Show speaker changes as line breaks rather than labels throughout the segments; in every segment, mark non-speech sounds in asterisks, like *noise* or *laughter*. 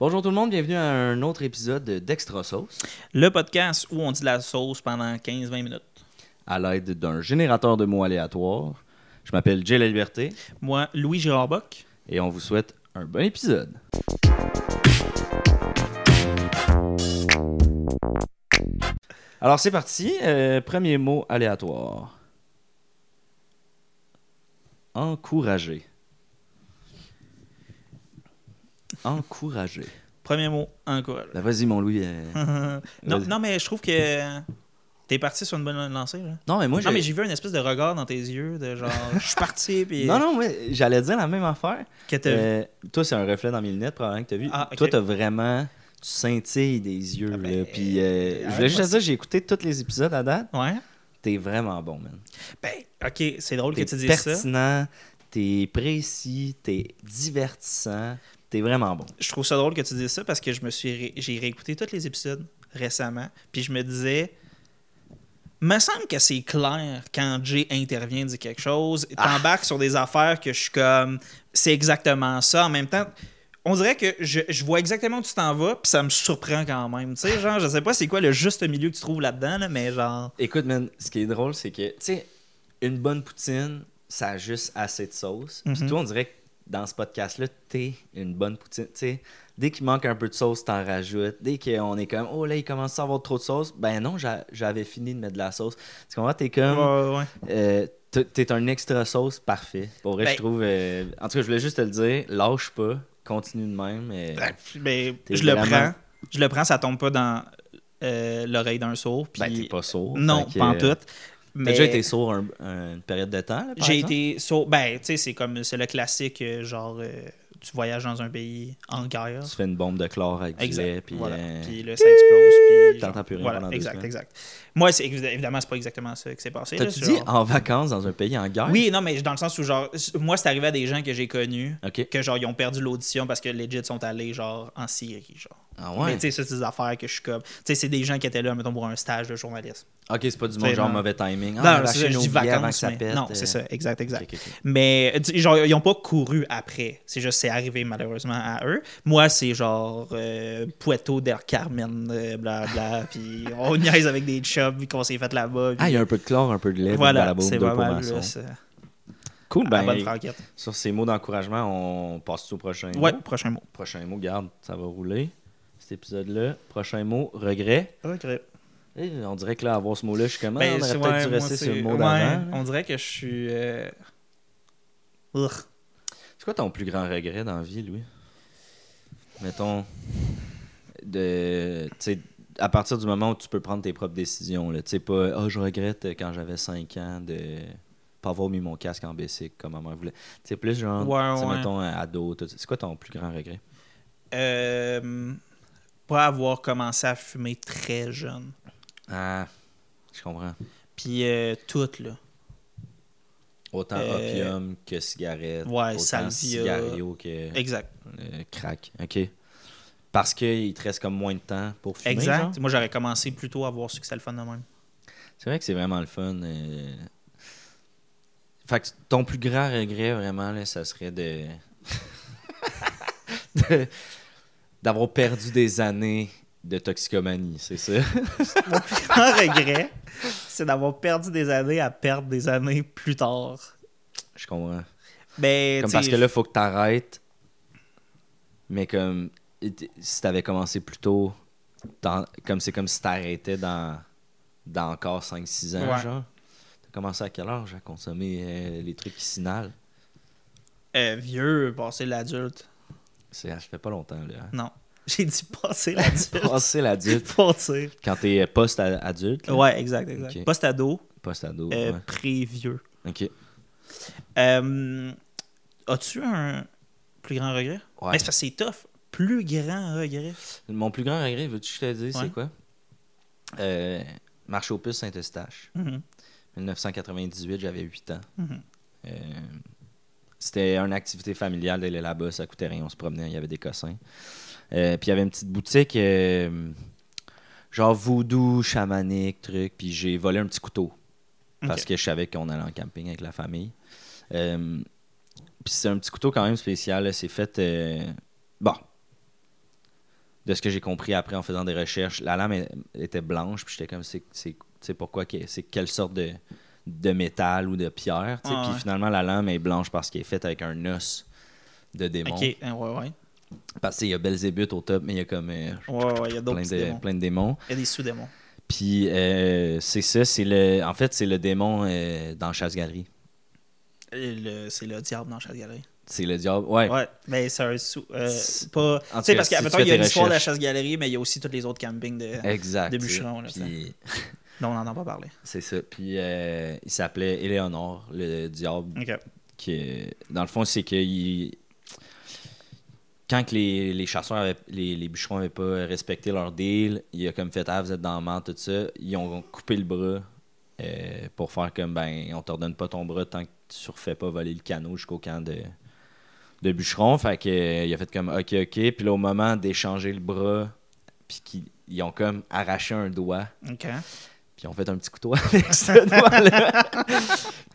Bonjour tout le monde, bienvenue à un autre épisode d'Extra Sauce,
Le podcast où on dit la sauce pendant 15-20 minutes.
à l'aide d'un générateur de mots aléatoires. Je m'appelle Jay La Liberté
Moi, Louis Girard Bock.
et on vous souhaite un bon épisode. Alors c'est parti, euh, premier mot aléatoire. Encourager. Encourager.
Premier mot, encourage.
Là, Vas-y mon Louis. euh,
*laughs* non,
Vas-y.
non, mais je trouve que t'es parti sur une bonne lancée. Là.
Non mais moi
non,
j'ai-
mais j'ai vu une espèce de regard dans tes yeux, de genre, je suis parti,
*laughs*
puis
Non, non, moi, j'allais dire la même affaire.
que t'as vu.
Euh, toi, c'est un reflet dans mes lunettes, probablement, que tu as vu.
Ah, ok.
Toi, tu vraiment. Tu scintilles des yeux.
Ah, ben,
là, puis, euh,
euh,
je voulais juste te dire, j'ai écouté tous les épisodes à date.
Ouais.
T'es vraiment bon, man.
Ben, ok, c'est drôle que
T'es
tu dises ça.
pertinent, t'es précis, t'es divertissant. T'es vraiment bon.
Je trouve ça drôle que tu dises ça parce que je me suis ré- j'ai réécouté tous les épisodes récemment, puis je me disais. Me semble que c'est clair quand Jay intervient dit quelque chose,
Ah.
t'embarques sur des affaires que je suis comme c'est exactement ça. En même temps, on dirait que je, je vois exactement où tu t'en vas, puis ça me surprend quand même. Tu sais, genre, je sais pas c'est quoi le juste milieu que tu trouves là-dedans, là, mais genre.
Écoute, man, ce qui est drôle, c'est que, tu sais, une bonne poutine, ça a juste assez de sauce. Puis
Mhm.
toi, on dirait que dans ce podcast-là, t'es une bonne poutine. Tu sais, dès qu'il manque un peu de sauce, t'en rajoutes. Dès qu'on est comme, oh là, il commence à avoir trop de sauce, ben non, j'a- j'avais fini de mettre de la sauce. Tu comprends? T'es comme,
Ouais, ouais.
euh, t'es- t'es un extra sauce parfait. Pour vrai,
Ben-
je trouve. euh, en tout cas, je voulais juste te le dire, lâche pas, continue de même. euh,
Ben, ben,
T'es
je le
vraiment-
prends. Je le prends, ça tombe pas dans euh, l'oreille d'un sourd. puis-
ben, t'es pas sourd.
Non,
Fait que,
pas en
euh,
tout.
T'as déjà été sourd un- une période de temps, là, par
J'ai
exemple?
été sourd. Ben, tu sais, c'est comme c'est le classique, euh, genre, euh, tu voyages dans un pays en guerre.
Tu fais une bombe de chlore avec du lait,
Exact.
puis
voilà.
euh,
Puis là, ça explose. Puis
T'entends
genre,
plus rien pendant
Voilà,
deux
exact,
semaines.
exact. Moi, c'est évidemment, c'est pas exactement ça qui s'est passé. là,
T'as-tu
c'est
dit
genre-
en vacances dans un pays en guerre?
Oui, non, mais dans le sens où, genre, moi, c'est arrivé à des gens que j'ai connus,
OK.
que, genre, ils ont perdu l'audition parce que legit sont allés, genre, en Syrie, genre.
Ah
Mais,
ouais?
tu sais, ça, c'est des affaires que je suis comme. Tu sais, c'est des gens qui étaient là, mettons, pour un stage de journaliste.
OK, c'est pas du monde
C'est
genre
dans-
mauvais timing.
Non,
Ah, on a
c'est ça,
lâché
je
nos
dis
billets avant que
vacances,
ça
mais-
pète,
Non,
euh,
c'est ça, exact, exact.
ok, ok, ok.
Mais euh, tu- genre, ils n'ont pas couru après. C'est juste, c'est arrivé malheureusement à eux. Moi, c'est genre euh, Puerto del Carmen, euh, blablabla. *laughs* puis on niaise avec des chubs, qu'on s'est fait là-bas. puis
Ah, il y a un peu de chlore, un peu de lait,
voilà,
voilà, boum,
c'est
deux pour
vraiment
maçon.
là, ça.
Cool,
À Ah, bonne
ben,
franquette.
sur ces mots d'encouragement, on passe au prochain
Ouais,
mot.
prochain mot.
Prochain mot, garde, ça va rouler, cet épisode-là. Prochain mot, regret.
Regret.
Eh, On dirait que là, avoir ce mot-là, je suis comme, ah,
Ben,
on
c'est-
aurait
ouais,
peut-être dû
moi,
rester sur le
c'est-
mot
ouais,
d'avant. hein.
On dirait que je suis. euh, Urgh.
C'est quoi ton plus grand regret dans la vie, Louis? Mettons, de, tu sais, à partir du moment où tu peux prendre tes propres décisions, là, tu sais pas, oh, je regrette quand j'avais 5 ans de pas avoir mis mon casque en bicycle comme maman voulait. Tu sais, plus genre,
Ouais,
tu sais,
ouais.
mettons, ado, tout ça. c'est quoi ton plus grand regret?
Euh, pas avoir commencé à fumer très jeune.
Ah, je comprends.
Puis euh, tout, là.
Autant
Euh,
opium que cigarette,
ouais,
autant
salvia.
cigario que
Exact.
euh, crack, ok? Parce qu'il te reste comme moins de temps pour fumer,
exact.
genre?
Moi, j'aurais commencé plus tôt à voir ce que c'est le fun de même. *laughs*
C'est vrai que c'est vraiment le fun. euh. Fait que ton plus grand regret, vraiment, là, ça serait de. *laughs* de- d'avoir perdu des années de toxicomanie, c'est ça? *laughs*
Mon plus grand regret, c'est d'avoir perdu des années à perdre des années plus tard.
Je comprends.
Ben,
Comme
t'sais,
parce que là, faut que t'arrêtes. Mais comme. it- Si t'avais commencé plus tôt, t'en- comme c'est comme si t'arrêtais dans, dans encore 5-6 ans,
Ouais.
genre. T'as commencé à quelle âge à consommer euh, les trucs qui signalent?
euh, vieux, passer l'adulte.
C'est, ça fait pas longtemps, là. hein?
Non. *laughs* J'ai dit passer l'adulte.
Passer l'adulte.
passer.
Quand t'es euh, post-adulte, là?
Ouais, exact, exact.
Ok.
Post-ado,
post-ado,
euh,
ouais.
pré-vieux.
ok.
Euh, As-tu un plus grand regret?
Ouais.
Ben, c'est parce que c'est tough. Plus grand regret.
Mon plus grand regret, veux-tu que je te le dise,
Ouais.
c'est quoi? Euh, marché aux puces Saint-Eustache.
Mhm.
1998, j'avais 8 ans.
Mhm.
Euh, c'était une activité familiale d'aller là-bas, ça coûtait rien, on se promenait, il y avait des cossins. Euh, puis il y avait une petite boutique, euh, genre voodoo, chamanique, truc, puis j'ai volé un petit couteau. parce
Ok.
que je savais qu'on allait en camping avec la famille. Euh, Puis c'est un petit couteau quand même spécial. là. C'est fait. euh, Bon. de ce que j'ai compris après en faisant des recherches, la lame elle, était blanche, puis j'étais comme, c'est- c'est c'est pourquoi, que- c'est quelle sorte de, de métal ou de pierre. tu sais.
Ah
puis
ouais.
finalement, la lame est blanche parce qu'elle est faite avec un os de démon.
Ok, hein, ouais, ouais.
Parce qu'il y a Belzébuth au top, mais il y a comme euh,
Ouais, ouais, il y a d'autres
plein,
petits
de,
démons.
plein de démons.
Il y a des sous-démons.
Puis euh, c'est ça, c'est le. En fait, c'est le démon euh, dans Chasse-Galerie.
Et Euh, le- C'est le diable dans chaque galerie.
C'est le diable. Ouais.
Ouais, mais c'est un sous. euh,
C'est-
pas...
En tout
Tu sais,
cas,
parce
si
qu'à
tu
mettons,
fais
il y a
tes
l'histoire de la
recherches.
chasse-galerie, mais il y a aussi tous les autres campings de...
Exact.
Des
tu sais.
bûcherons, euh, là, ça.
Puis-
dont on n'en a pas parlé.
c'est ça. Puis euh, il s'appelait Éléonore, le diable.
Ok.
que dans le fond, c'est que il- quand que les, les chasseurs, avaient- les, les bûcherons n'avaient pas respecté leur deal, il a comme fait Ah, vous êtes dans le mort, tout ça. Ils ont coupé le bras euh, pour faire comme Ben, on te redonne pas ton bras tant que tu refais pas voler le canot jusqu'au camp de, de bûcherons. Fait que, euh, il a fait comme Ok, ok. Puis là, au moment d'échanger le bras, puis qu'ils ils ont comme arraché un doigt.
Ok. hein?
Puis on fait un petit couteau *laughs* avec ce doigt-là.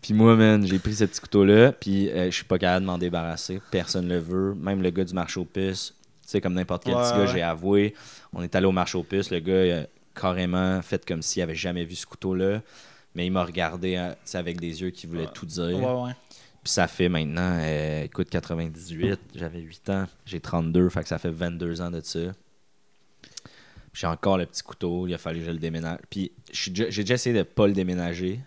puis moi, man, j'ai pris ce petit couteau-là, puis euh, je suis pas capable de m'en débarrasser. Personne le veut. Même le gars du marché aux puces, tu sais, comme n'importe quel
Ouais,
petit gars,
ouais.
j'ai avoué. On est allé au marché aux puces, le gars il a carrément fait comme s'il avait jamais vu ce couteau-là. Mais il m'a regardé hein, tu sais, avec des yeux qui voulaient tout dire.
Ouais, ouais.
Puis ça fait maintenant, euh, écoute, 98, j'avais 8 ans, j'ai 32, fait que ça fait 22 ans de ça. Puis J'ai encore le petit couteau, il a fallu que je le déménage. Puis je suis déjà- j'ai déjà essayé de pas le déménager.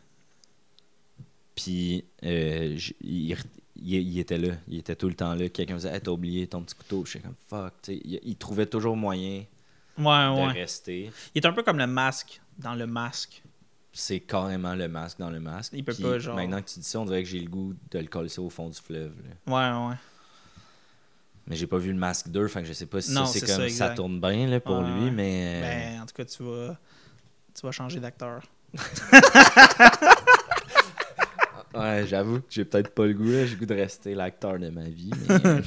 Puis euh, j- il, il- il était là, il était tout le temps là. Quelqu'un me disait, hey, t'as oublié ton petit couteau. J'étais comme, fuck, tu sais. Il, il trouvait toujours moyen
Ouais,
de
ouais.
rester.
Il est un peu comme le masque dans le masque.
C'est carrément le masque dans le masque.
Il peut
Puis
pas, genre-
Maintenant que tu dis ça, on dirait que j'ai le goût de le coller au fond du fleuve. là.
Ouais, ouais.
Mais j'ai pas vu le masque 2, fait que je sais pas si
Non,
ça, c'est
c'est
comme
ça,
ça,
exact.
tourne bien là, pour
Ouais, ouais.
lui, mais
Ben, en tout cas, tu vas, tu vas changer d'acteur. Ben,
euh, ouais, j'avoue que j'ai peut-être pas le goût là, j'ai le goût de rester l'acteur de ma vie.
*laughs*
Mais, euh,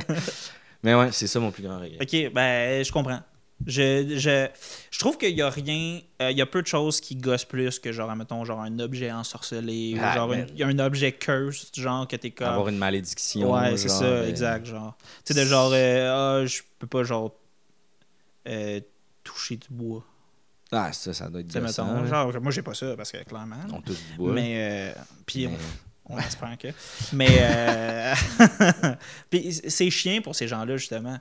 *laughs* mais ouais, c'est ça mon plus grand regret.
Ok, ben, je comprends. Je, je, je trouve qu'il y a rien, euh, il y a peu de choses qui gossent plus que genre, mettons, genre un objet ensorcelé
Ah,
ou genre une-
man.
il y a un objet cursed, genre que t'es comme.
Avoir une malédiction.
ouais, c'est
genre,
ça,
euh,
exact. Genre, tu sais, de genre, euh, ah, je peux pas, genre, euh, toucher du bois.
Ah, ça, ça doit être
Tu sais,
de
mettons, genre, moi j'ai pas ça parce que clairement. là.
On touche du bois.
Mais, euh, puis
mais-
on espère que. Mais euh, *laughs* puis c'est chiant pour ces gens-là, justement.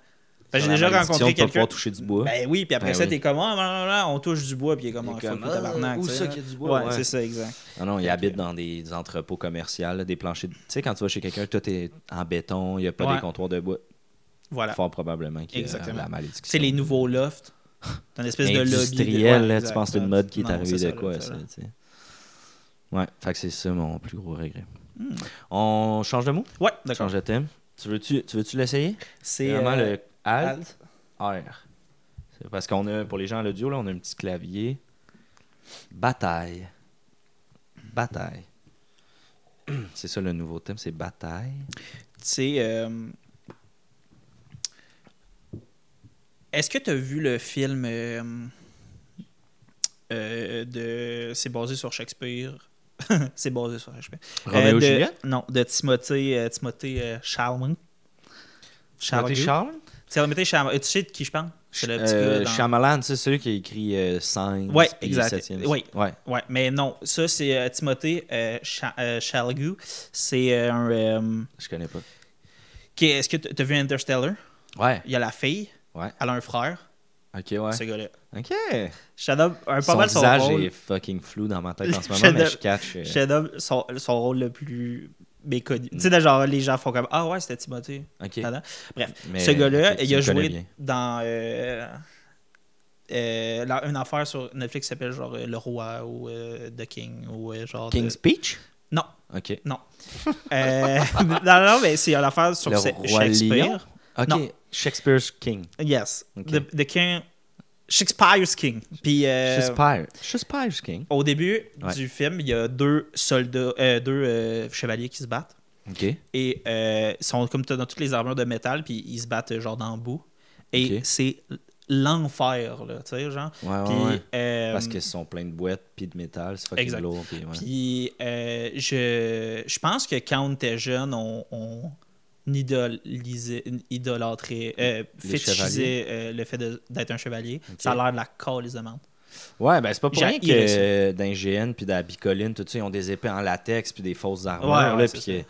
Parce que
la
J'ai déjà
malédiction
rencontré
de pas
quelqu'un.
pouvoir toucher du bois.
Ben oui, puis après
Ben
ça,
oui.
t'es comme, ah, blablabla, on touche du bois, puis il est comme,
Il
ah,
est
fuck
comme,
le tabarnak.
ah, où
tu sais,
ça
là.
qu'il y a du bois?
Ouais,
Ouais.
c'est ça, exact.
Ah Non, non, il
Fait
habite
que-
dans des entrepôts commerciaux, là, des planchers. de- Tu sais, quand tu vas chez quelqu'un, tout est en béton, il n'y a pas
Ouais.
des comptoirs de bois.
Voilà.
Fort probablement qu'il y a
Exactement.
la malédiction.
C'est les nouveaux lofts. T'as une espèce de lobby. de-
industriel,
ouais,
là, tu
exact.
penses que c'est une mode qui est
Non,
arrivée de
ça,
quoi,
là,
ça,
là.
tu sais. Ouais, fait que c'est ça mon plus gros regret. On change de mot? On
Ouais, Hmm. d'accord.
change de thème. Tu veux-tu tu veux-tu l'essayer?
C'est
C'est vraiment
euh,
le Alt, R. C'est Parce qu'on a, pour les gens à l'audio, là, on a un petit clavier. Bataille. Bataille. *clears throat* C'est ça le nouveau thème, c'est bataille.
C'est. euh, Est-ce que tu as vu le film euh, euh, de. C'est basé sur Shakespeare. *laughs* C'est basé sur Shakespeare. Euh,
Roméo et
de-
Juliette?
Non, de Timothée, euh, Timothée euh, Chalamet. Chalamet.
Timothée Charles?
Timothée Chalamet. Tu sais de qui je pense C'est le petit
Euh,
gars dans-
Shyamalan, c'est celui qui a écrit euh, Signs
Ouais,
puis
exact.
Septième-
Oui.
Ouais.
Ouais, mais non, ça c'est euh, Timothée euh, Cha- euh, Chalamet. C'est euh, un. euh,
Je connais pas.
qui- Est-ce que tu as vu Interstellar
Ouais.
Il y a la fille.
Ouais.
Elle a un frère.
Ok, ouais.
Ce gars-là.
Ok.
Shadow, un pas
son
mal son
visage
rôle.
est fucking flou dans ma tête en
*laughs*
ce
Le
moment, mais
chef-d'œuvre-
je catch. euh,
Shadow, son, son rôle le plus méconnu.
Mm.
Tu sais, là, genre, les gens font comme Ah ouais, c'était Timothée.
Ok.
Tadam. Bref,
Mais-
ce gars-là,
ok, tu
il a
le connais
joué
bien.
dans euh, euh, la- une affaire sur Netflix qui s'appelle genre euh, Le Roi ou euh, The King ou euh, genre. de-
King's Speech
Non.
Ok.
Euh, *laughs* non, non, mais c'est une affaire sur
Le
Sha-
Roi
Shakespeare.
Lion? Ok.
Non.
Shakespeare's King.
Yes.
Ok.
The, The King. Shakespeare's King. Puis. euh,
Shakespeare. Shakespeare's King.
au début
Ouais.
du film, il y a deux soldats, euh, deux euh, chevaliers qui se battent.
Ok.
et euh, ils sont comme dans toutes les armures de métal, puis ils se battent euh, genre dans le bout. Et
Ok.
c'est l'enfer, là, tu sais, genre.
Ouais, ouais,
Puis,
ouais.
euh,
Parce qu'ils sont pleins de boîtes puis de métal. C'est fucking
Exact.
lourd. Puis, ouais.
puis, euh, je, je pense que quand on était jeune, on, on, n'idol- lisait- idolâtrait, euh,
Les
fétichisait euh, le fait de- d'être un chevalier.
Ok.
Ça a l'air de la calice de menthe.
Ouais, ben c'est pas pour
J'ai
rien que
haï ça.
euh, dans GN puis dans la Bicoline, tout ça, ils ont des épées en latex puis des fausses armures.
Ouais, ouais,
là,
c'est
puis
ça.
que, tu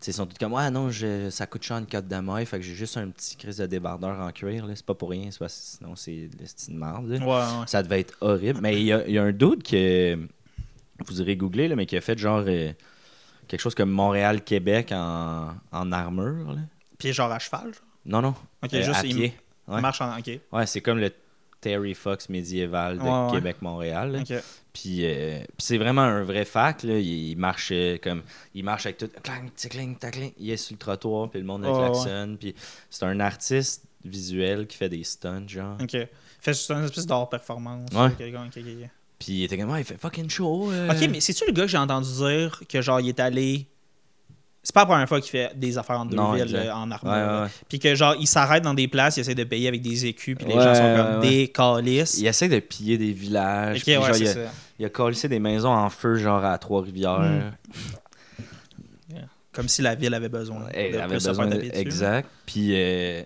sais, ils sont tous comme, ah non, je- ça coûte cher une cote d'amaille, fait que j'ai juste un petit crise de débardeur en cuir, là. C'est pas pour rien, c'est parce que sinon c'est de la style de marde. là.
Ouais, ouais.
Ça devait être horrible. Mais il y, a- il y a un doute que vous irez googler, là, mais qui a fait genre euh, quelque chose comme Montréal-Québec en, en armure. là.
Puis genre à cheval, genre.
Non, non.
Ok,
euh,
juste
à
il-
pied. Ouais.
Il marche en. Ok.
Ouais, c'est comme le Terry Fox médiéval de
Ouais, ouais.
Québec-Montréal. là.
ok.
Puis, euh, puis c'est vraiment un vrai fac. Là. Il, il marche euh, comme. Il marche avec tout. Clang, tic, cling, tac, cling. Il est sur le trottoir, puis le monde le
Ouais, ouais.
klaxonne. Puis c'est un artiste visuel qui fait des stunts, genre.
Ok. Fait juste une espèce d'or performance.
Ouais.
Quelqu'un, ok, ok, ok.
Puis il était comme, Ah, il fait fucking chaud. euh.
Ok, mais c'est-tu le gars que j'ai entendu dire que genre il est allé. C'est pas la première fois qu'il fait des affaires en deux
Non,
villes
exact.
euh, en armure.
Ouais,
là.
ouais, ouais.
Puis que genre il s'arrête dans des places, il essaie de payer avec des écus, puis les
Ouais,
gens sont comme
ouais, ouais.
des calices.
Il essaie de piller des villages.
Ok,
puis genre,
ouais,
il,
c'est
a,
ça.
il a collé des maisons en feu, genre à
Mm.
Trois-Rivières.
Comme si la ville avait besoin.
Elle
de
avait
plus se
besoin
faire
de-
taper dessus.
Exact. Puis, euh,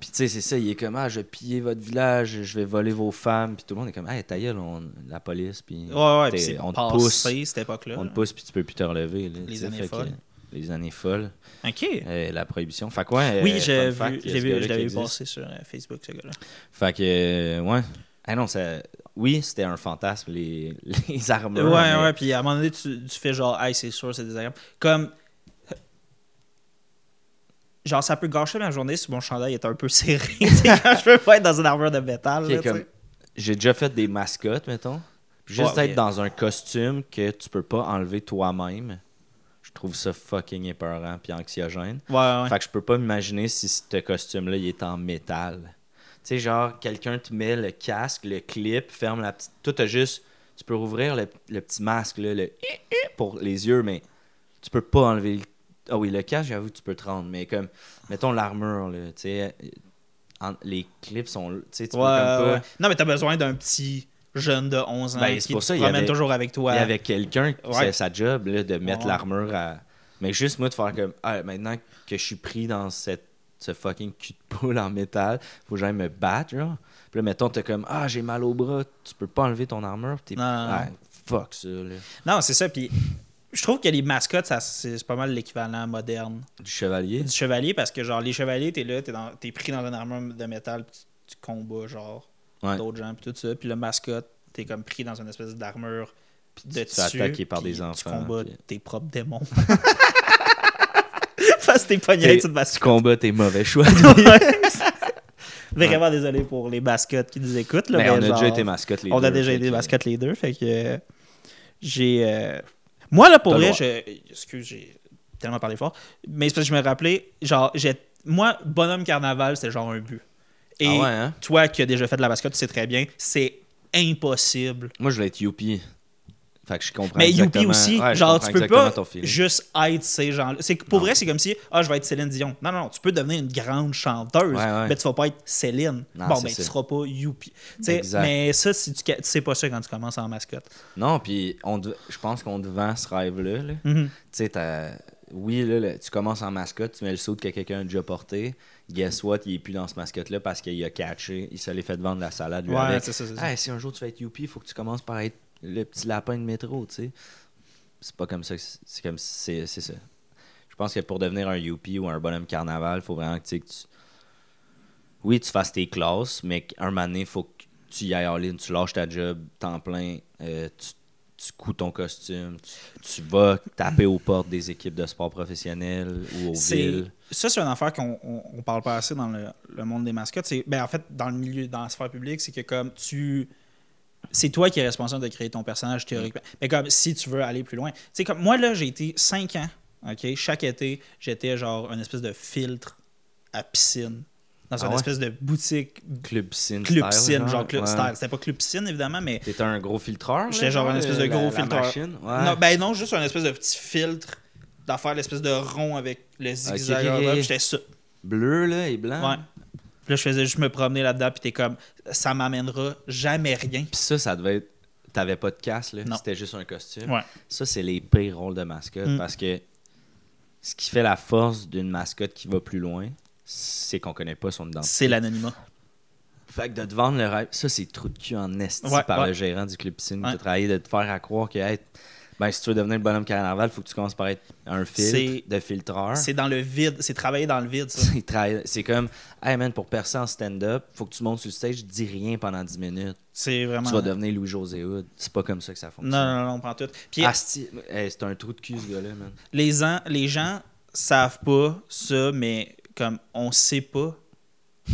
puis tu sais, c'est ça. Il est comme, ah, je vais piller votre village, je vais voler vos femmes. Puis tout le monde est comme, hey, ta gueule, on- la police. Puis
Ouais, ouais,
t'es-
puis c'est
on te
passé,
pousse.
cette époque-là.
on te pousse, puis tu peux plus te relever. là,
Les
tu sais,
années
fait que-
folles.
les années folles.
OK.
Euh, la prohibition. Fait que, ouais, euh,
oui,
fun
j'ai
fact,
vu,
il y a
j'ai
ce
vu,
gars-là
je
qui
l'avais vu
existe.
passer sur euh, Facebook, ce gars-là.
Fait que, euh, ouais. Ah non, ça. Oui, c'était un fantasme, les, *laughs* les armures.
ouais,
mais-
ouais, puis à un moment donné, tu, tu fais genre, hey, c'est sûr, c'est désagréable. Comme. Genre, ça peut gâcher ma journée si mon chandail est un peu *laughs* serré. tu sais, quand je veux pas être dans une armure de métal.
Qui est
là, tu
comme-
sais.
J'ai déjà fait des mascottes, mettons. Puis Juste
Ouais,
être
mais-
dans un costume que tu peux pas enlever toi-même, je trouve ça fucking épeurant puis anxiogène.
Ouais, ouais.
Fait que je peux pas m'imaginer si ce costume-là il est en métal. Tu sais, genre, quelqu'un te met le casque, le clip, ferme la petite. Toi, t'as juste. Tu peux rouvrir le, le petit masque, là, le hi, hi pour les yeux, mais tu peux pas enlever le. Ah oui, le casque, j'avoue, tu peux te rendre, mais comme. Mettons l'armure, là, tu sais. en- Les clips sont. Tu sais, tu peux
Ouais,
comme pas.
ouais. Non, mais t'as besoin d'un petit jeune de 11 ans
Ben, c'est
qui
pour ça,
te
il y
promène
avait-
toujours avec toi.
Il y avait quelqu'un qui
Ouais.
faisait sa job là, de mettre
Ouais.
l'armure à. Mais juste moi de faire comme Ah, maintenant que je suis pris dans cette ce fucking cul de poule en métal, faut que j'aille me battre, genre. Puis là, mettons, t'es comme Ah, j'ai mal au bras, tu peux pas enlever ton armure, pis t'es
Non, non, non.
Ah, fuck ça, là.
Non, c'est ça. Puis je trouve que les mascottes, ça, c'est c'est pas mal l'équivalent moderne
Du chevalier.
du *laughs* chevalier parce que, genre, les chevaliers, t'es là, t'es, dans, t'es pris dans une armure de métal, puis tu, tu combats, genre,
Ouais.
d'autres gens, puis tout ça. Puis le mascotte, t'es comme pris dans une espèce d'armure de
tu te fais
tissu.
attaquer par
puis
des enfants,
Tu combats
puis-
tes propres démons. *laughs* Parce que t'es pogné avec
T'es-
une
Tu
mascotte.
combats tes mauvais *laughs* choix.
Vraiment désolé pour les mascottes qui nous écoutent. Là,
mais on a
genre,
déjà été mascotte les
on
deux.
a déjà
fait
été
que-
mascottes les deux. Fait que euh, j'ai. euh, Moi, là, pour
T'as le
vrai, je. Excuse, j'ai tellement parlé fort. Mais c'est parce que je me rappelais, genre, j'ai. Moi, bonhomme carnaval, c'était genre un but. Et
Ah ouais, hein?
toi qui as déjà fait de la mascotte, tu sais très bien, c'est impossible.
Moi, je voulais être Youpi. Fait que je comprends.
Mais Youpi
exactement-
aussi,
Ouais, je
genre,
comprends
tu peux
exactement
pas
ton feeling.
juste être ces gens-là. C'est que Pour
Non.
vrai, c'est comme si, ah, je vais être Céline Dion. Non, non, non, tu peux devenir une grande chanteuse,
Ouais, ouais.
mais tu vas pas être Céline.
Non,
bon,
c'est
ben, tu
ça.
seras pas Youpi. Tu sais,
Exact.
Mais ça, si tu, ca- tu sais pas ça quand tu commences en mascotte.
Non, puis on dev- je pense qu'on te vend ce rêve-là. là.
Mhm.
Tu sais, t'as- oui, là, le- tu commences en mascotte, tu mets le saut que quelqu'un a déjà porté. Guess what, il est plus dans ce mascotte-là parce qu'il a catché. Il se l'est fait vendre la salade. Lui,
Ouais,
avec.
c'est ça, c'est ça.
Hey, Ah, si un jour tu vas être youpi, il faut que tu commences par être le petit lapin de métro, tu sais. C'est pas comme ça. que c'est- C'est comme c'est c'est ça. Je pense que pour devenir un youpi ou un bonhomme carnaval, faut vraiment que tu, sais, que tu- Oui, tu fasses tes classes, mais un moment donné, faut que tu y ailles en ligne, tu lâches ta job, temps plein, euh, tu, tu couds ton costume, tu, tu vas taper aux portes des équipes de sport professionnels ou aux
C'est-
villes.
Ça, c'est une affaire qu'on on, on parle pas assez dans le, le monde des mascottes. C'est- Ben, en fait, dans le milieu, dans la sphère publique, c'est que comme tu. C'est toi qui es responsable de créer ton personnage
Mm.
théoriquement. Mais comme si tu veux aller plus loin. Tu sais, comme moi, là, j'ai été 5 ans, OK? Chaque été, j'étais genre une espèce de filtre à piscine. Dans
Ah
une
ouais?
espèce de boutique
Club piscine. style,
club piscine, genre club
ouais.
style. C'était pas club piscine, évidemment, mais.
T'étais un gros filtreur. là,
J'étais genre un espèce de
euh,
gros
la- la
filtreur.
machine, ouais.
Non, ben non, juste un espèce de petit filtre d'affaire l'espèce de rond avec le zigzag.
ok,
en
ok.
bas, puis J'étais ça.
bleu là et blanc.
Ouais. Puis là, je faisais juste me promener là-dedans, puis t'es comme, ça m'amènera jamais rien.
Puis ça, ça devait être. T'avais pas de casse, là.
Non.
C'était juste un costume.
Ouais.
Ça, c'est les pires rôles de mascotte
Mm.
parce que ce qui fait la force d'une mascotte qui va plus loin, c'est qu'on connaît pas son identité.
C'est l'anonymat.
Fait que de te vendre le rêve, ça c'est trou de cul en esti
Ouais,
par
ouais.
le gérant du club piscine
Ouais.
de travailler, de te faire à croire que hey, ben, si tu veux devenir le bonhomme carnaval, faut que tu commences par être un
C'est-
filtre de filtreur. *laughs*
C'est dans le vide. C'est travailler dans le vide, ça.
C'est tra- C'est comme, hey man, pour percer en stand-up, faut que tu montes sur le stage, dis rien pendant 10 minutes.
C'est vraiment.
Tu vas devenir Louis-José Hood. C'est pas comme ça que ça
non,
fonctionne.
non, non, on prend tout. Puis
Asti- hey, c'est un trou de cul ce gars-là, man.
les, gens les gens savent pas ça, mais comme on sait pas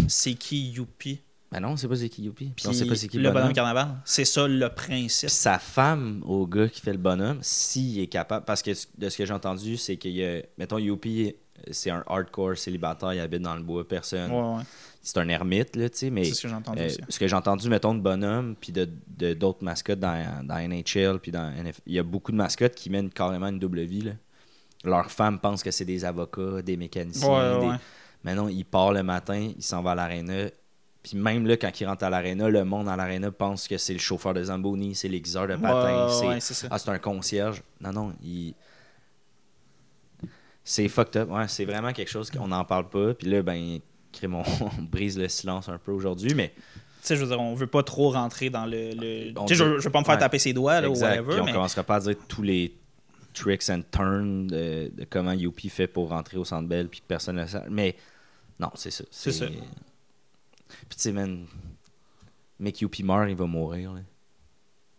c'est qui Youpi.
Ben non, c'est pas c'est qui Youpi.
Puis
On sait pas c'est qui
le bonhomme
Bonhomme.
carnaval. C'est ça le principe.
Puis sa femme au gars qui fait le bonhomme, s'il est capable. Parce que ce- de ce que j'ai entendu, c'est qu'il y a. Mettons, Youpi, c'est un hardcore célibataire, il habite dans le bois, personne.
Ouais, ouais.
C'est un ermite, là, tu sais, mais.
C'est ce que j'ai entendu
euh,
aussi.
ce que j'ai entendu, mettons, de bonhomme, puis de de- d'autres mascottes dans, dans NHL, puis dans NFL, il y a beaucoup de mascottes qui mènent carrément une double vie. Là. Leurs femmes pensent que c'est des avocats, des mécaniciens,
Ouais,
des-
ouais.
Mais non, il part le matin, il s'en va à l'aréna. Puis même là, quand il rentre à l'aréna, le monde à l'aréna pense que c'est le chauffeur de Zamboni, c'est l'aiguiseur de patin,
Ouais,
c'est
ouais, c'est ça.
ah, c'est un concierge. Non, non, il. C'est fucked up. Ouais, c'est vraiment quelque chose qu'on n'en parle pas. Puis là, ben, crime, on, *laughs* on brise le silence un peu aujourd'hui, mais
Tu sais, je veux dire, on veut pas trop rentrer dans le. le-
On
Tu sais, je,
veut-
je veux pas me faire
ouais.
taper ses doigts, là, ou
exact. Puis
whatever.
on
mais-
commencera pas à dire tous les tricks and turns de, de comment Youpi fait pour rentrer au Centre Bell puis que personne ne le sait. Mais non, c'est ça.
C'est ça.
Puis tu sais, man, mec Youpi meurt, il va mourir. là. Tu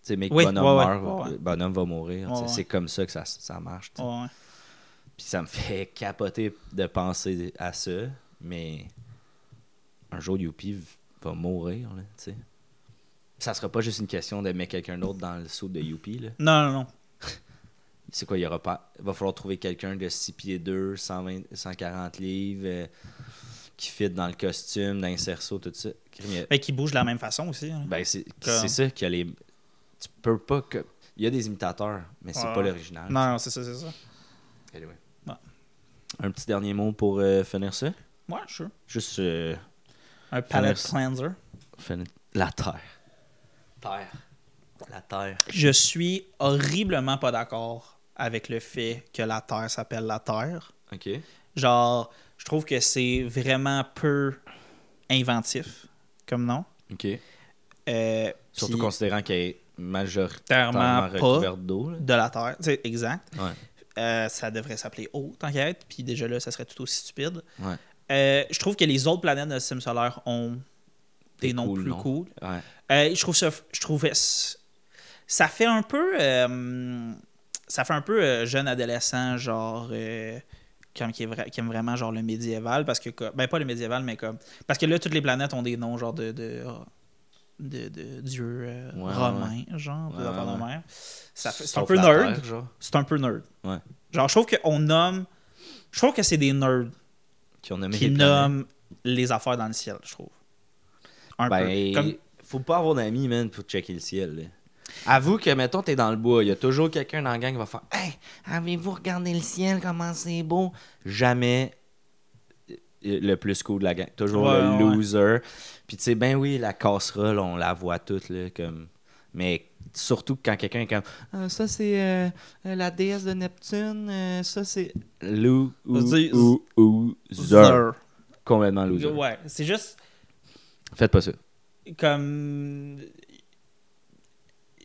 sais, mec
Oui,
Bonhomme
ouais, ouais,
meurt,
ouais, ouais.
Bonhomme va mourir. tu sais,
Ouais, ouais.
C'est comme ça que ça, ça marche. tu sais.
Ouais, ouais.
Puis ça me fait capoter de penser à ça, mais un jour Youpi v- va mourir, là, tu sais. Ça sera pas juste une question de mettre quelqu'un d'autre dans le saut de Youpi, là.
Non, non, non.
C'est quoi, il y aura pas... va falloir trouver quelqu'un de 6 pieds 2, 120, 140 livres, euh, qui fit dans le costume, dans les cerceaux, tout ça. Crime, il y a-
Mais Ben, qui bouge de la même façon aussi. hein.
Ben, c'est
Comme-
c'est ça qu'il y a les... Tu peux pas... que- Il y a des imitateurs, mais c'est
Ouais.
pas l'original.
non, non, c'est ça, c'est ça.
Anyway.
Ouais.
Un petit dernier mot pour euh, finir ça?
Ouais, sure.
Juste... euh,
Un palette
Finesse.
cleanser.
Fenêtre- La terre. Terre. La terre.
Je suis horriblement pas d'accord avec le fait que la Terre s'appelle la Terre.
OK.
Genre, je trouve que c'est vraiment peu inventif comme nom.
OK.
Euh,
Surtout
puis
considérant qu'elle est majoritairement
Clairement pas.
recouverte d'eau. là.
de la Terre, c'est exact.
Ouais.
Euh, ça devrait s'appeler eau, tant qu'à être. Puis déjà là, ça serait tout aussi stupide.
Ouais.
Euh, je trouve que les autres planètes de notre système solaire ont des,
Des
noms
cool
plus
noms.
cool.
Ouais.
Euh, je trouve ça. Je trouvais. c- Ça fait un peu. euh, ça fait un peu euh, jeune adolescent, genre. euh, comme qui, est vra- qui aime vraiment genre le médiéval parce que comme- ben pas le médiéval mais comme parce que là toutes les planètes ont des noms genre de de, de, de dieux euh,
Ouais, ouais,
romains genre des
Ouais,
affaires de
ouais.
même. Ça fait- c'est un
Sauf
peu
la
nerd
terre, genre.
c'est un peu nerd
Ouais.
genre je trouve qu'on nomme je trouve que c'est des nerds
Qui ont nommé
qui
les planètes.
nomment les affaires dans le ciel je trouve un
Ben,
peu comme
faut pas avoir d'amis, man, pour checker le ciel. là. Avoue que, mettons, t'es dans le bois, il y a toujours quelqu'un dans la gang qui va faire Hey, avez-vous regardé le ciel, comment c'est beau Jamais euh, le plus cool de la gang. Toujours
Ouais,
le
ouais.
loser. Puis, tu sais, ben oui, la casserole, on la voit toute, là, comme. Mais surtout quand quelqu'un est comme Ah, Ça, c'est euh, euh, la déesse de Neptune, euh, ça, c'est. Lou, ou,
Dis-
ou, ou- zer.
Zer.
Complètement loser.
Ouais, c'est juste
Faites pas ça.
comme.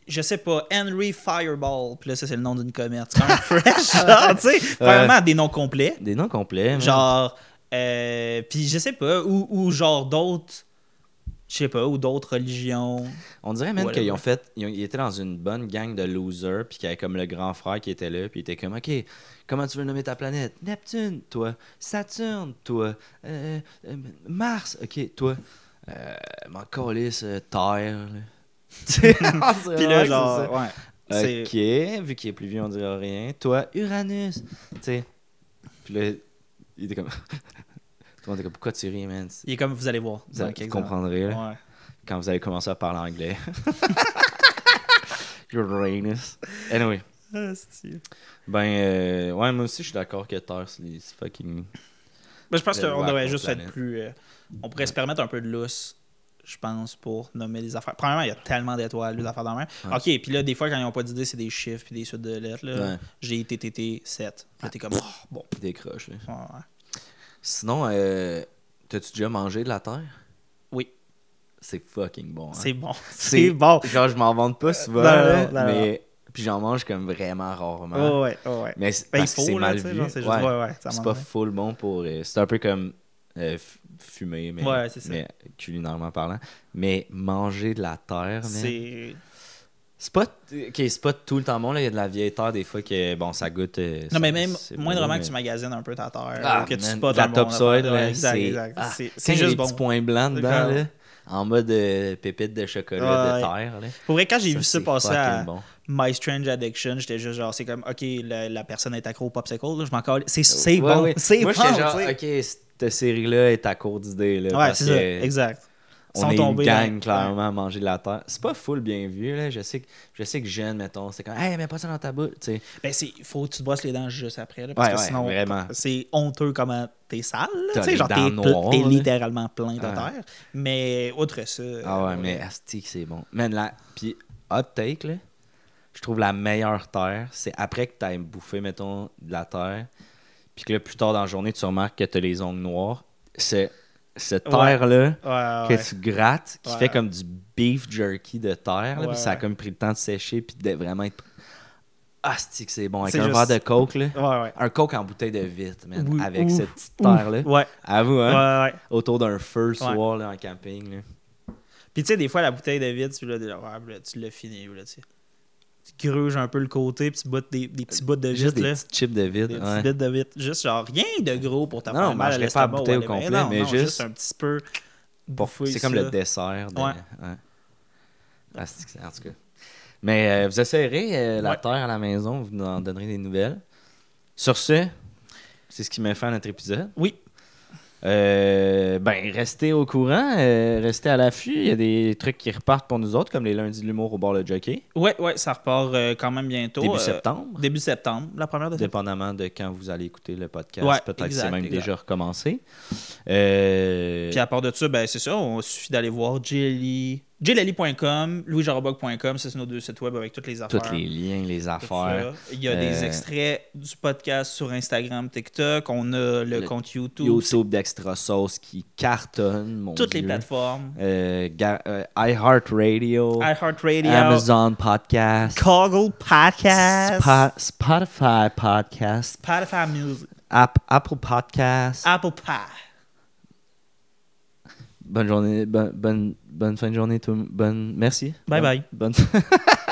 Je sais pas, Henry Fireball. Puis là, ça, c'est le nom d'une comète. C'est
*laughs*
quand même fresh, genre, tu sais. Vraiment, des noms complets.
Des noms complets. man.
Genre. euh, puis je sais pas, ou, ou genre d'autres. Je sais pas, ou d'autres religions.
On dirait même
Whatever.
qu'ils ont fait. Ils, ont- ils étaient dans une bonne gang de losers, puis qu'il y avait comme le grand frère qui était là, puis il était comme Ok, comment tu veux nommer ta planète Neptune, toi. Saturne, toi. Euh, euh, Mars, ok, toi. Euh, M'en calisse, euh, Terre. là. *laughs* Tu sais, on dirait
Puis
vraiment
là,
que
genre. Ouais.
c'est
c'est-
ça. Ok, vu qu'il est plus vieux, on dirait rien. Toi, Uranus, tu sais. Puis là, il était comme. *laughs* Tout le monde était comme Pourquoi tu ris, man
Il est comme vous allez voir.
Vous, allez-
Ok,
vous comprendrez, là,
Ouais.
quand vous allez commencer à parler *laughs* anglais. Uranus. Anyway.
Hostie.
Ben, euh, ouais, moi aussi, je suis d'accord que Terre, c'est les- c'est fucking.
Ben, je pense
Le
qu'on
rap
devrait
au
juste être
planète.
plus. euh, on pourrait se permettre un peu de lousse. je pense, pour nommer les affaires. Premièrement, il y a tellement d'étoiles, les affaires dans la main. OK, puis là, des fois, quand ils n'ont pas d'idée, c'est des chiffres puis des suites de lettres. là.
Ouais.
J'ai TTT 7. Là, t'es comme, oh, bon.
Puis décroche. là.
Ouais, ouais.
Sinon, euh, t'as-tu déjà mangé de la terre?
Oui,
C'est fucking bon. hein.
c'est bon. *laughs* C'est bon.
Genre, je m'en vante pas souvent,
non, non,
là,
non, non.
mais... Puis j'en mange comme vraiment rarement.
Oh, ouais, oh, ouais.
Mais c'est
Ben,
parce
il
que
faut,
c'est
là,
mal
tu sais,
vu.
genre, c'est juste-
Ouais.
ouais, ouais, ça
C'est
m'en
pas
va.
full bon pour. euh, c'est un peu comme euh, f- fumer, mais,
Ouais, c'est ça.
mais culinairement parlant. Mais manger de la terre, man,
C'est.
c'est pas, t- ok, c'est pas tout le temps bon. là. Il y a de la vieille terre des fois que bon, ça goûte. euh, ça-
Non, mais même
c'est
moindrement
beau,
que tu
mais-
magasines un peu ta terre,
Ah,
ou que tu
man,
spots
de la
un bon
topsoil,
endroit,
là,
ouais, exact,
c'est-
exact.
ah,
C'est-
quand
c'est
il y a
juste
des petits
bon.
points blancs
C'est
dedans,
clair.
là, en mode euh, pépite de chocolat de
Ouais.
terre. là.
Pour vrai, quand j'ai
Ça,
vu ça
c'est
passer
fucking
à
bon.
My Strange Addiction, j'étais juste genre, c'est comme, ok, la, la personne est accro au popsicle, là, je m'en calais. C'est, c'est
Ouais,
bon,
ouais.
c'est
Moi,
bon.
j'étais genre,
tu sais.
ok, cette série-là est à court d'idées. là,
ouais,
parce
c'est ça,
que-
exact. Ils
on
sont
est une
tombés
gang,
dans-
clairement, à manger de la terre. C'est pas full bien vu, là. Je sais que, je sais que jeune, mettons, c'est comme, hey, mets pas ça dans ta bouche, tu sais.
Ben, c'est, faut que tu te brosses les dents juste après, là, parce
Ouais,
que
ouais,
sinon,
vraiment.
c'est honteux comment t'es sale, là,
T'as
tu sais,
les
genre, t'es,
dents
pl-
noires,
t'es
là.
littéralement plein de
Ouais.
terre. Mais, outre ça.
Ah ouais,
euh,
mais asti que c'est bon. Man, là, puis hot take, là, je trouve la meilleure terre, c'est après que t'aies bouffé, mettons, de la terre, puis que là, plus tard dans la journée, tu remarques que t'as les ongles noirs. C'est cette
Ouais.
terre-là
Ouais, ouais.
que tu grattes, qui
Ouais.
fait comme du beef jerky de terre, là,
Ouais,
puis ça a
ouais.
comme pris le temps de sécher, puis de vraiment être... Asti que c'est bon, avec
C'est
un
juste-
verre de coke, là.
Ouais, ouais.
Un coke en bouteille de vitre, man,
Oui,
avec
ouf,
cette petite terre-là.
ouf, Ouais.
Avoue,
Ouais,
hein?
ouais.
Autour d'un feu le soir, là, en camping, là.
Puis tu sais, des fois, la bouteille de vide, tu l'as déjà- ouais, là, tu l'as fini. Là, tu sais. Tu gruges un peu le côté, puis tu bottes des, des petits bouts de vide.
Juste des
là.
petites chips de
Des
vitre,
petits
ouais.
bits de vide. Juste genre rien de gros pour ta
Non,
faire
on
mal à
mangerait pas
l'estomac
la bouteille
ou à
au
l'é-
complet,
non,
mais
non,
juste-
un petit peu.
Bon,
bouffer
c'est comme
ça.
le dessert. De...
Ouais.
ouais. Ah, c'est que c'est- en tout cas. Mais euh, vous essayerez euh, la
Ouais.
terre à la maison, vous nous en donnerez des nouvelles. Sur ce, c'est ce qui met fin à notre épisode.
Oui.
Euh, ben, restez au courant, euh, restez à l'affût. Il y a des trucs qui repartent pour nous autres, comme les lundis de l'humour au bord le jockey,
Ouais, ouais, ça repart euh, quand même bientôt.
début
euh,
septembre.
Début septembre, la première *laughs* de septembre.
Dépendamment de quand vous allez écouter le podcast,
Ouais,
peut-être que
exact,
c'est même
exact.
déjà recommencé. Euh,
Puis à part de ça, ben c'est ça, on suffit d'aller voir jelly. jellali.com, louisjarobog.com, ça c'est nos deux sites web avec toutes les affaires.
tous les liens, les
Tout
affaires.
ça. Il y a
Euh,
des extraits du podcast sur Instagram, TikTok. On a le,
Le
compte YouTube,
YouTube d'Extra Sauce qui cartonne, mon
toutes les
Dieu.
plateformes.
Euh, ga- euh, iHeartRadio,
iHeartRadio,
Oh. Amazon Podcast,
Google Podcast,
Spo- Spotify Podcast,
Spotify Music,
App- Apple Podcast.
Apple Pie.
Bonne journée, bonne, bonne, bonne fin de journée, tout le m- bonne, merci.
Bye
Bonne-
bye.
Bonne